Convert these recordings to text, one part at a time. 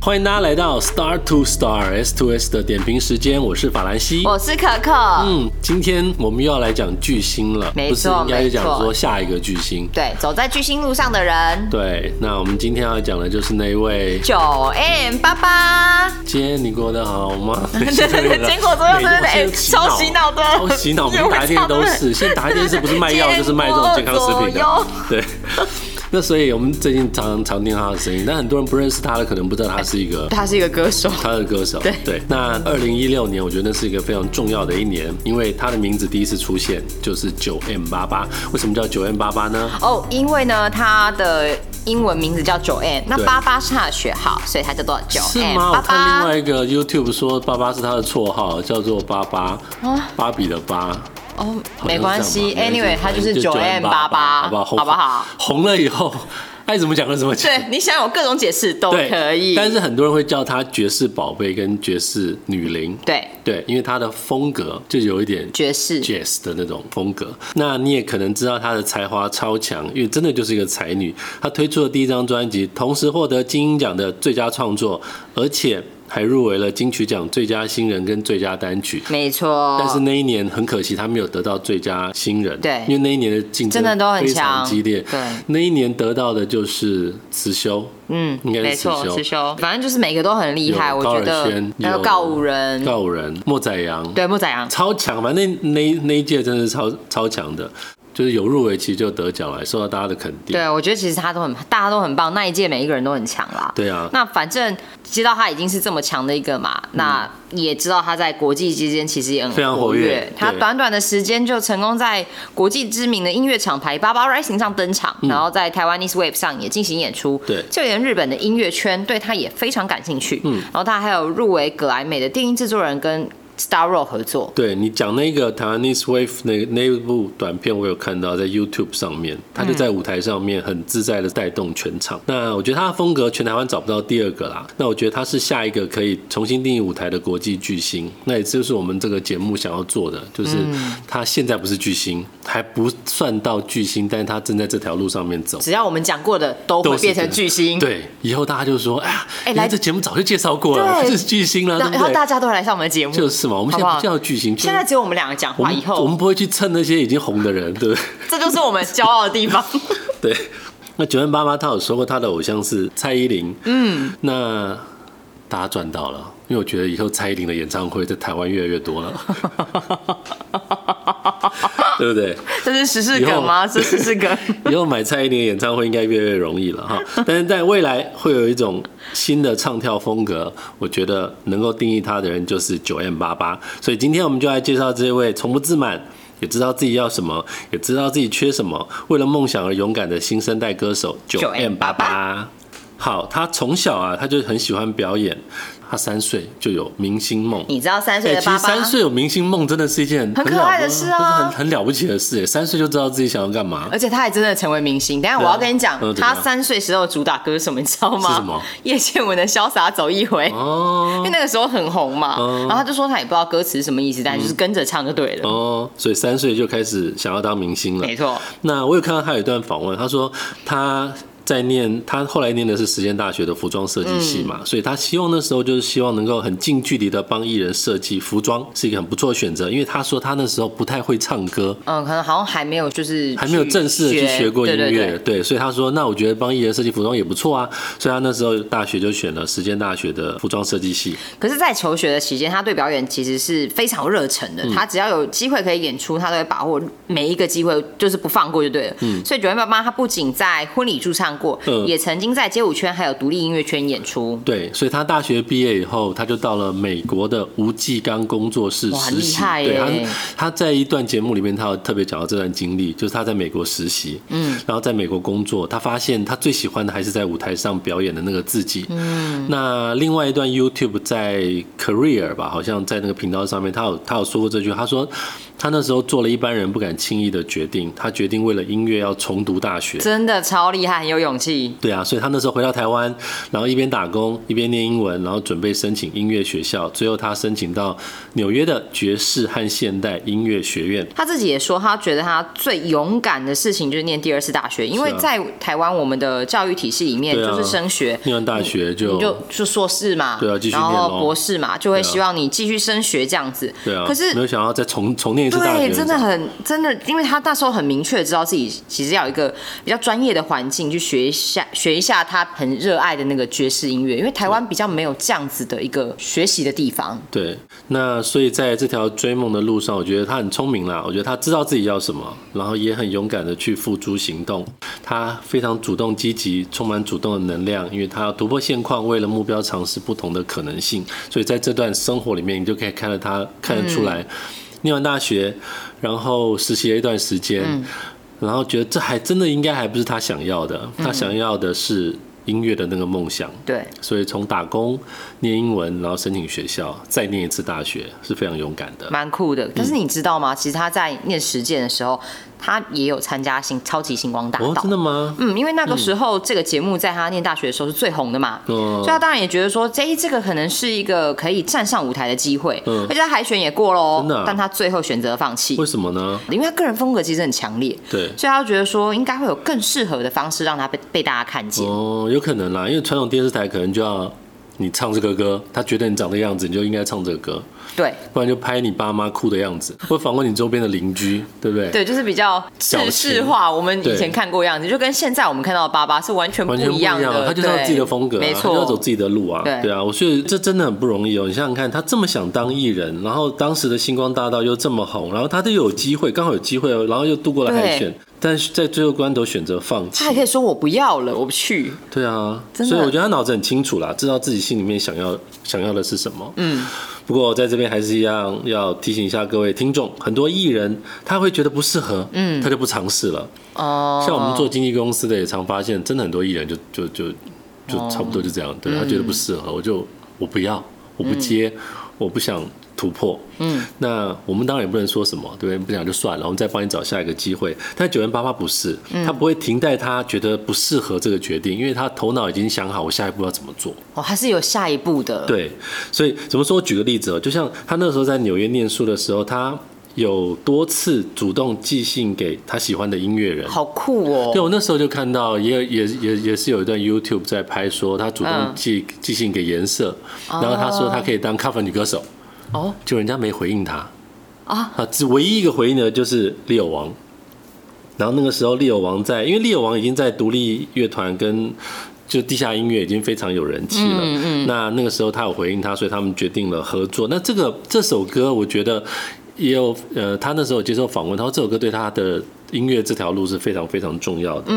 欢迎大家来到 Star to Star S to S 的点评时间，我是法兰西。我是可可。嗯，今天我们又要来讲巨星了，没错不是应该是讲没错说下一个巨星。对，走在巨星路上的人，对，那我们今天要讲的就是那一位。九 M 八八。今天你过得好 吗？对对对结果最后真的哎超洗脑的超哦洗脑，每天打开电视都 是，现在打开电视不是卖药就是卖这种健康食品的结果左右，对。 那所以我们最近常常听他的声音，但很多人不认识他的，可能不知道他是一个他是一个歌手，他的歌手。对那二零一六年，我觉得那是一个非常重要的一年，因为他的名字第一次出现就是九 M 八八。为什么叫九 M 八八呢？哦，因为呢，他的英文名字叫九 M，那对八八是他的学号，所以他叫做九是 M 吗？我八看另八外。一个 YouTube 说爸爸是他的绰号，叫做八八，芭比的八。哦，好像没是关这样吧没系关，Anyway，系他就是反正九 M 八八，好不好？红好不好？红了以后， 爱怎么讲就怎么讲。对你想有各种解释都对，可以。但是很多人会叫她爵士宝贝跟爵士女伶。对对，因为她的风格就有一点爵士 jazz 的那种风格。那你也可能知道她的才华超强，因为真的就是一个才女。她推出的第一张专辑，同时获得金鹰奖的最佳创作，而且还入围了金曲奖最佳新人跟最佳单曲。没错，但是那一年很可惜，他没有得到最佳新人，对因为那一年的竞争真的都很非常强激烈，对那一年得到的就是辞修，嗯，应该是没错刺，绣刺绣，反正就是每个都很厉害，有我高觉尔得宣还有有告五人，告五人、莫宰阳，对莫宰阳，超强嘛，那那那一届真的是超超强的，就是有入围其实就得奖了，受到大家的肯定。对我觉得其实他都很，大家都很棒，那一届每一个人都很强啦。对啊，那反正知道他已经是这么强的一个嘛，那也知道他在国际之间其实也很嗯非常活跃跃对。他短短的时间就成功在国际知名的音乐厂牌 Baba Rising 上登场，然后在台湾 Nice Wave 上也进行演出。嗯对就连日本的音乐圈对他也非常感兴趣。嗯，然后他还有入围格莱美的电音制作人跟 Starro 合作。对你讲那个台湾 Nice Wave 那那一部短片，我有看到在 YouTube 上嗯面，他就在舞台上面很自在的带动全场。那我觉得他的风格全台湾找不到第二个啦。那我觉得他是下一个可以重新定义舞台的国际巨星。那也就是我们这个节目想要做的，就是嗯他现在不是巨星，还不算到巨星，但是他正在这条路上面走。只要我们讲过的都都会是变成这样巨星。，对，以后大家就说，哎呀，嗯哎你看来这节目早就介绍过了，对这是巨星啦，对然不后大对？家都来上我们的节目，就是嘛，我们现在好不不好叫巨星，就是现在只有我们两个讲我话，们以我后们不会去蹭那些已经红的人，对不 这就是我们骄傲的 地方。对？对。那九万八八他有说过他的偶像是蔡依林，嗯，那大家赚到了，因为我觉得以后蔡依林的演唱会在台湾越来越多 了，对不对？这是时事梗吗？这是时事 梗。以后买蔡依林的演唱会应该越来越容易 了哈。但是在未来会有一种新的唱跳风格，我觉得能够定义它的人就是九 M 八八。所以今天我们就来介绍这位从不自满。也知道自己要什么，也知道自己缺什么，为了梦想而勇敢的新生代歌手九 M 八八。好，他从小啊，他就很喜欢表演，他三岁就有明星梦。你知道三岁哎，的其爸实爸，三岁有明星梦真的是一件很可爱的事啊很很了不起的事。哎三岁就知道自己想要干嘛，而且他还真的成为明星。等一下我要跟你讲嗯，怎么他样三岁时候的主打歌是什么，你知道吗？是什么？ 叶倩文的《潇洒走一回》。哦因为那个时候很红嘛，然后他就说他也不知道歌词是什么意思，但就是跟着唱就对了。嗯哦，所以三岁就开始想要当明星了没。错，那我有看到他有一段访问，他说他在念，他后来念的是实践大学的服装设计系嗯嘛，所以他希望那时候就是希望能够很近距离的帮艺人设计服装，是一个很不错的选择。因为他说他那时候不太会唱歌，嗯，可能好像还没有就是还没有正式的去学过音乐，对对对所以他说，那我觉得帮艺人设计服装也不错啊，所以他那时候大学就选了实践大学的服装设计系。可是，在求学的期间，他对表演其实是非常有热忱的。嗯他只要有机会可以演出，他都会把握每一个机会，就是不放过就对了。所以九零爸妈他不仅在婚礼驻唱过，嗯也曾经在街舞圈还有独立音乐圈演出。对，所以他大学毕业以后，他就到了美国的吴继刚工作室哇实习厉。害对，耶他是他在一段节目里面，他有特别讲到这段经历，就是他在美国实习，嗯，然后在美国工作，他发现他最喜欢的还是在舞台上表演的那个自己。嗯，那另外一段 YouTube 在 Career 吧，好像在那个频道上面，他有他有说过这句，他说。他那时候做了一般人不敢轻易的决定，他决定为了音乐要重读大学。真的超厉害，很有勇气。对啊，所以他那时候回到台湾，然后一边打工一边念英文，然后准备申请音乐学校，最后他申请到纽约的爵士和现代音乐学院。他自己也说，他觉得他最勇敢的事情就是念第二次大学，因为是啊在台湾我们的教育体系里面，对啊就是升学，念完大学就你嗯就就硕士嘛，对啊继续然念后咯博士嘛，就会对啊希望你继续升学这样子。对啊，可是没有想到再重重念一次大学对，那种，真的很真的，因为他那时候很明确地知道自己其实要有一个比较专业的环境去学一下学一下他很热爱的那个爵士音乐，因为台湾比较没有这样子的一个学习的地方。对，那所以在这条追梦的路上，我觉得他很聪明啦。啊我觉得他知道自己要什么，然后也很勇敢的去付诸行动。他非常主动、积极，充满主动的能量，因为他要突破现况，为了目标尝试不同的可能性。所以在这段生活里面，你就可以看得他看得出来，念完大学，然后实习了一段时间，然后觉得这还真的应该还不是他想要的。他想要的是音乐的那个梦想。对，所以从打工、念英文，然后申请学校，再念一次大学，是非常勇敢的。蛮酷的。嗯但是你知道吗？其实他在念实践的时候，他也有参加星超级星光大道。哦，真的吗？嗯，哦因为那个时候这个节目在他念大学的时候是最红的嘛，嗯所以他当然也觉得说，这这个可能是一个可以站上舞台的机会，嗯而且他海选也过喽真的啊，但他最后选择放弃为，什么呢？因为他个人风格其实很强烈，对，所以他就觉得说应该会有更适合的方式让他被被大家看见。哦，有可能啦，因为传统电视台可能就要你唱这个歌，他觉得你长这个样子，你就应该唱这个歌，对不然就拍你爸妈哭的样子，或访问你周边的邻居，对不对？对，就是比较矫制情式化，我们以对前看过样子，就跟现在我们看到的爸爸是完全不完全不一一样的，啊，他就是要对自己的风格、啊，没他就要走错。自己的路啊，对对啊，我觉得这真的很不容易哦。你想想看，他这么想当艺人，然后当时的星光大道又这么红，然后他就有机会，刚好有机会哦，然后又度过了海选，但是在最后关头选择放弃他，还可以说我不要了，我不去。对啊，真的所以我觉得他脑子很清楚啦，知道自己心里面想要想要的是什么。嗯，不过在这边还是一样要提醒一下各位听众，很多艺人他会觉得不适合，嗯，他就不尝试了。哦、像我们做经纪公司的，也常发现，真的很多艺人就就就就差不多就这样，对他觉得不适合，我就我不要，我不接，我不想突破。嗯，那我们当然也不能说什么，对不对？不想就算了，我们再帮你找下一个机会。但九零八八不是，他不会停在他觉得不适合这个决定，因为他头脑已经想好我下一步要怎么做。哦，还是有下一步的。对，所以怎么说？我举个例子哦，就像他那时候在纽约念书的时候，他有多次主动寄信给他喜欢的音乐人。好酷对，哦！我那时候就看到也，也也也是有一段 YouTube 在拍说，他主嗯动寄、寄信给颜色，然后他说他可以当 cover 女歌手，哦就人家没回应他啊，啊，只唯一一个回应的就是利友王。然后那个时候，利友王在，因为利友王已经在独立乐团跟就地下音乐已经非常有人气了。嗯嗯那那个时候他有回应他，所以他们决定了合作。那这个这首歌，我觉得也有呃，他那时候有接受访问，他说这首歌对他的音乐这条路是非常非常重要的。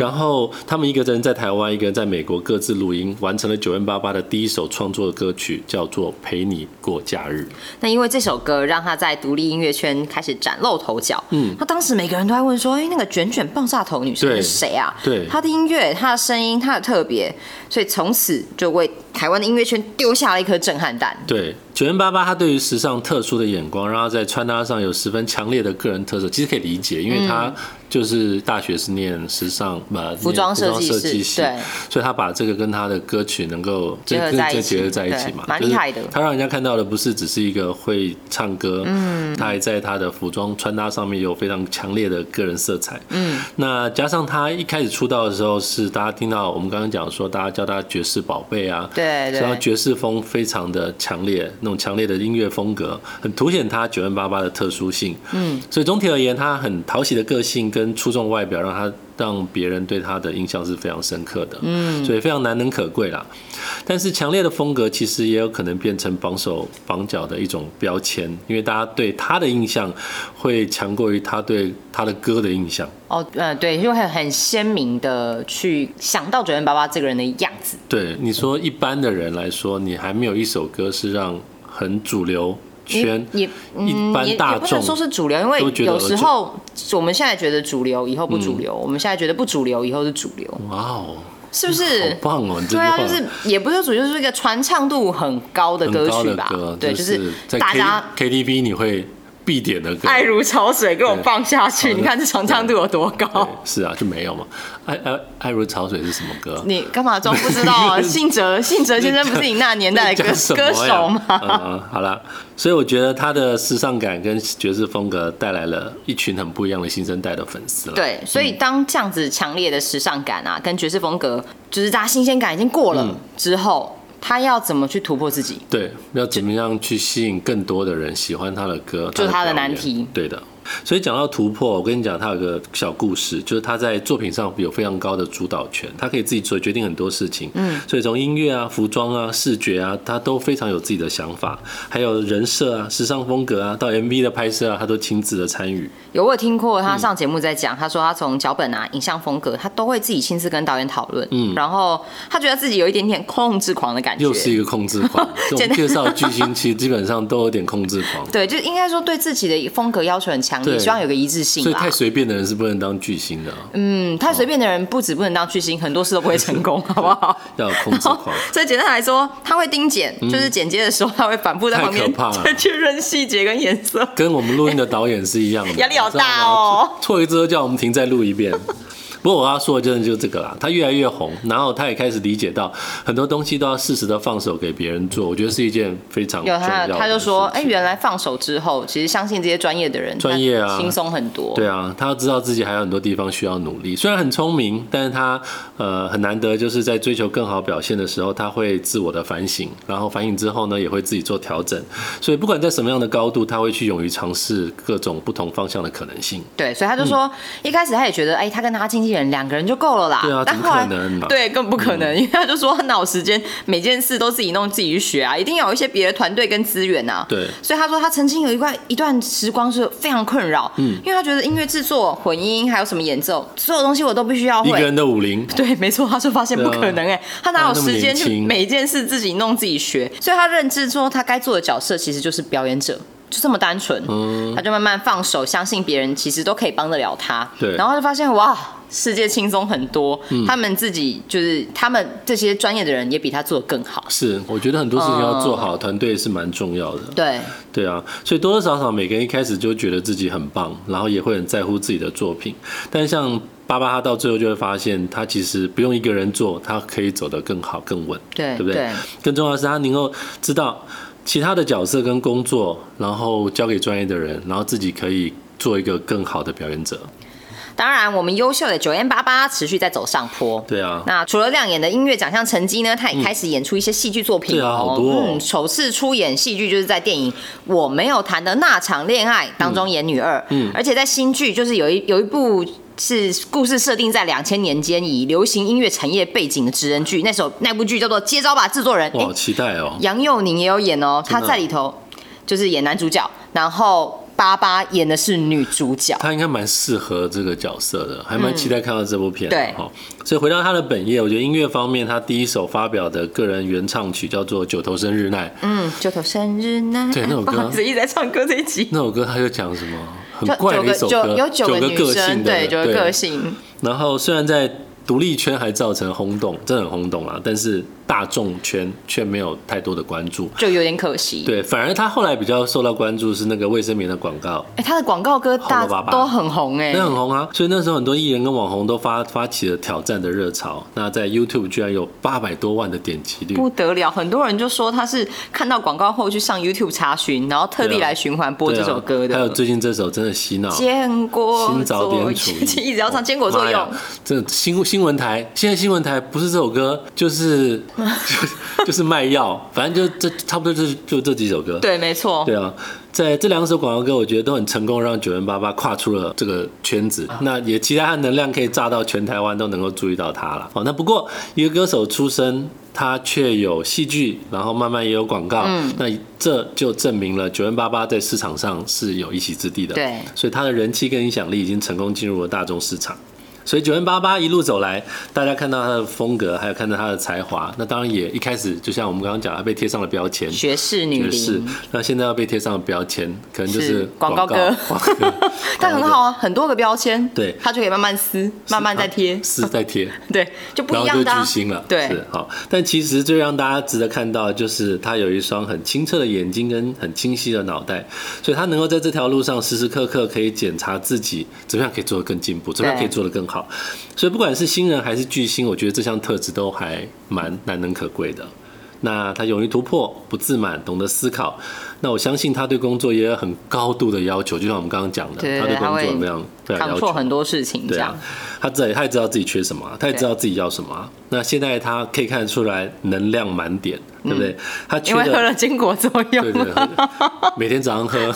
然后他们一个人在台湾，一个人在美国各自录音，完成了九零八八的第一首创作歌曲，叫做《陪你过假日》。那因为这首歌让他在独立音乐圈开始崭露头角。嗯，那当时每个人都在问说：“哎、那个卷卷棒炸头女生对是谁啊？”对她的音乐、她的声音、她的特别，所以从此就为台湾的音乐圈丢下了一颗震撼弹。对，九零八八他对于时尚特殊的眼光，让他在穿搭上有十分强烈的个人特色，其实可以理解，因为他就是大学是念时尚呃嗯服装念设计服装师设计系，对，所以他把这个跟他的歌曲能够结合这在一这起结合在一起对嘛，蛮就是厉害的他让人家看到的不是只是一个会唱歌，嗯，他还在他的服装穿搭上面有非常强烈的个人色彩，嗯，那加上他一开始出道的时候是大家听到我们刚刚讲说，大家叫他爵士宝贝啊，对对然后爵士风非常的强烈，那种强烈的音乐风格，很凸显他九零八八的特殊性。嗯，所以总体而言，他很讨喜的个性跟出众外表，让他让别人对他的印象是非常深刻的。嗯，所以非常难能可贵啦。但是强烈的风格其实也有可能变成绑手绑脚的一种标签，因为大家对他的印象会强过于他对他的歌的印象。哦，呃，对，就会很鲜明的去想到卷卷爸爸这个人的样子。对，你说一般的人来说，你还没有一首歌是让很主流圈也嗯一般也大也不能众说是主流，因为都觉得嗯有时候我们现在觉得主流，以后不主流；我们现在觉得不主流，以后是主流，哇哦，是不好是？棒哦！你这句对话啊，就是也不是主，就是一个传唱度很高的很歌高曲的吧歌，。对，就就是在大家 K KTV 你会必点的歌。爱如潮水，给我放下去！对你看这传唱度有多对高？是啊，就没有嘛。爱爱爱如潮水是什么歌？你干嘛装不知道啊？信哲，信哲先生不是你那年代的歌 在讲歌什么呀 手吗？嗯，嗯好啦，所以我觉得他的时尚感跟爵士风格带来了一群很不一样的新生代的粉丝了。对，所以当这样子强烈的时尚感啊，跟爵士风格，就是大家新鲜感已经过嗯了之后，他要怎么去突破自己？对，要怎么样去吸引更多的人喜欢他的歌？就是他的表演难题对的。所以讲到突破，我跟你讲，他有个小故事，就是他在作品上有非常高的主导权，他可以自己做决定很多事情。嗯，所以从音乐啊、服装啊、视觉啊，他都非常有自己的想法，还有人设啊、时尚风格啊，到 MV 的拍摄啊，他都亲自的参与。有我有听过嗯他上节目在讲，他说他从脚本啊、影像风格，他都会自己亲自跟导演讨论。嗯，然后他觉得自己有一点点控制狂的感觉又。是一个控制 狂，这简种单介绍巨星 其实基本上都有点控制狂，对，就应该说对自己的风格要求很强烈，对希望有个一致性所以吧太。随便的人是不能当巨星的啊，嗯，太随便的人不止不能当巨星，很多事都不会 成功，好不好？要有控制 狂。所以简单来说，他会盯检，就是剪接的时候，他会反复在旁边嗯太可怕了 确认细节跟颜 色。跟我们录音的导演是一样的，压力好你大知道哦吗错一次都叫我们停再录一遍。不过我要说的真的就是这个啦，他越来越红，然后他也开始理解到很多东西都要适时的放手给别人做，我觉得是一件非常重有要的他事有，情。他就说，哎、原来放手之后，其实相信这些专业的人，专业啊那轻松很多。对啊，他要知道自己还有很多地方需要努力。虽然很聪明，但是他呃很难得，就是在追求更好表现的时候，他会自我的反省，然后反省之后呢，也会自己做调整。所以不管在什么样的高度，他会去勇于尝试各种不同方向的可能性。对，所以嗯他就说，一开始他也觉得，哎、他跟他经纪人两个人就够了啦。对啊嗯但怎么后来可能嘛对，更不可能，因为他就说他哪有时间每件事都自己弄自己去学啊，一定要有一些别的团队跟资源啊。对所以他说他曾经有一段一段时光是非常困扰，嗯，因为他觉得音乐制作、混音还有什么演奏，所有东西我都必须要一个会。人的武林，对，没错，他就发现不对啊可能哎、他哪有他那么时间年去轻每一件事自己弄自己学？所以他认知说他该做的角色其实就是表演者，就这么单纯。嗯他就慢慢放手，相信别人其实都可以帮得了他。对嗯然后就发现哇，世界轻松很多。他们自己就是他们这些专业的人也比他做得更好。是我觉得很多事情要做好，团队是蛮重要的。对，对啊，所以多多少少每个人一开始就觉得自己很棒，然后也会很在乎自己的作品。但像巴巴，他到最后就会发现，他其实不用一个人做，他可以走得更好、更稳，对对不对？对更重要的是，他能够知道其他的角色跟工作，然后交给专业的人，然后自己可以做一个更好的表演者。当然我们优秀的九 N 八八持续在走上坡。对啊，那除了亮眼的音乐奖项成绩呢，他也开始演出一些戏剧作品、对啊好多哦嗯，首次出演戏剧就是在电影《我没有谈的那场恋爱》当中演女二，嗯，而且在新剧就是有一有一部。是故事设定在两千年间，以流行音乐产业背景的职人剧，那首那部剧叫做《接招吧，制作人》。我诶好期待哦。杨佑宁也有演哦，真的他哦在里头就是演男主角，然后巴巴演的是女主角。他应该蛮适合这个角色的，还蛮期待看到这部片。对好，所以回到他的本业，我觉得音乐方面，他第一首发表的个人原唱曲叫做《九头生日奈》，嗯，九头生日那对那 首歌不好意思，一直在唱歌这一集。那首歌他就讲什么很就怪九的一个首九歌，有九个个女个生，性的对，人，九个个性，然后虽然在独立圈还造成轰动，真的很轰动啦，但是大众圈却没有太多的关注。就有点可惜。对，反而他后来比较受到关注是那个卫生棉的广告，哎、他的广告歌红大了吧吧都很红哎、那很红啊，所以那时候很多艺人跟网红都发发起了挑战的热潮。那在 YouTube 居然有八百多万的点击率，不得了，很多人就说他是看到广告后去上 YouTube 查询，然后特地对啊来循环播对这啊首歌的。还有最近这首真的洗脑，坚果新早作点用，主义， 一直要唱坚果作妈呀用。这新新闻台现在新闻台不是这首歌，就是 就是就是卖药，反正就这差不多就是就这几首歌。对，没错。对啊，在这两首广告歌，我觉得都很成功，让九零八八跨出了这个圈子。啊那也期待他能量可以炸到全台湾都能够注意到他了。哦，那不过一个歌手出身，他却有戏剧，然后慢慢也有广告，嗯那这就证明了九零八八在市场上是有一席之地的。对所以他的人气跟影响力已经成功进入了大众市场。所以九零八八一路走来，大家看到他的风格，还有看到他的才华，那当然也一开始就像我们刚刚讲，他被贴上了标签，学士女爵士伶，那现在要被贴上标签，可能就是广广告歌广告歌 但很好啊，很多个标签，对他就可以慢慢撕，慢慢再贴，是在贴，对，就不然一后就样的啊、巨星了，对，是好。但其实最让大家值得看到，就是他有一双很清澈的眼睛跟很清晰的脑袋，所以他能够在这条路上时时刻刻可以检查自己怎么样可以做得更进步，怎么样可以做得更好。所以不管是新人还是巨星，我觉得这项特质都还蛮难能可贵的。那他勇于突破，不自满，懂得思考。那我相信他对工作也有很高度的要求，就像我们刚刚讲的，对对他对对他工作会有非常非常要求 control。很多事情这对样啊。，他自己他也知道自己缺什么啊，他也知道自己要什么啊。那现在他可以看得出来能量满点，对不对？他缺嗯 因为喝的。了坚果作 对对 用，对，每天早上喝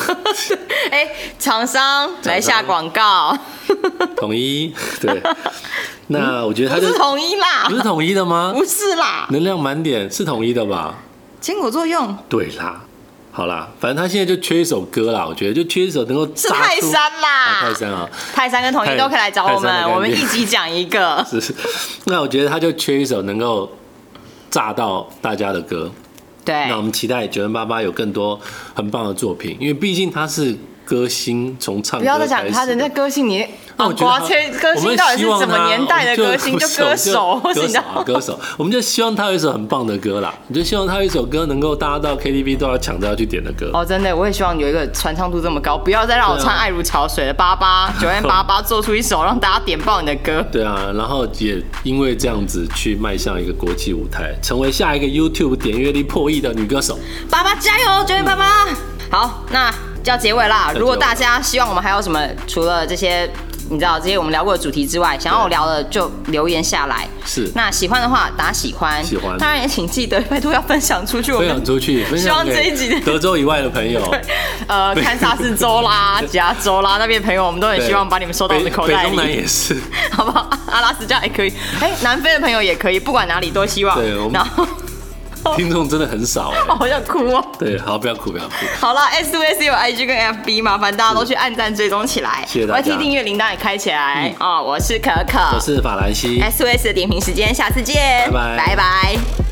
哎、厂商来下广告，统一，对。那我觉得嗯不他就是统一啦不，是统一的吗？不是啦，能量满点是统一的吧？坚果作用对啦，好啦，反正他现在就缺一首歌啦，我觉得就缺一首能够炸是出泰山啊，啦泰，山啊，泰山跟统泰一都可以来找我泰山的概们，念我们一集讲一个，是。那我觉得他就缺一首能够炸到大家的歌。对那我们期待九零八八有更多很棒的作品，因为毕竟他是歌星，从唱不歌要再讲开他始人家歌星，你那我觉得他切歌我星们到底是希望什么他年代的歌星？我们就就歌手，或歌是手你知啊道，歌手，我们就希望他有一首很棒的歌啦，你就希望他有一首歌能够大家到 KTV 都要抢着要去点的歌。哦，真的，我也希望有一个传唱度这么高，不要再让我对啊唱《爱如潮水》的八八九万八八，做出一首让大家点爆你的歌。对啊，然后也因为这样子去迈向一个国际舞台，成为下一个 YouTube 点阅率破亿的女歌手。爸爸加油，九月爸爸！好，那就要结尾啦。嗯尾如果大家希望我们还有什么，除了这些。你知道这些我们聊过的主题之外，想要我聊的就留言下来。是那喜欢的话打喜欢，喜欢当然也请记得拜托要分享出去。我分们享出去，分希享望这一给集的德州以外的 朋友， 呃，堪萨斯州啦、加州啦那边的朋友，我们都很对希望把你们收到我们的口北袋北中南里，也是。好不好？阿拉斯加也可以，哎、南非的朋友也可以，不管哪里都希望。对我们然后听众真的很少哎、好想哭哦。对，好，不要哭，不要哭。好了，S O S 有 I G 跟 F B，麻烦大家都去按赞追踪起来，谢谢大家嗯 YT 订阅铃铛也开起来哦。我是可可我是法兰西。 ，S O S 的点评时间，下次见，拜拜拜拜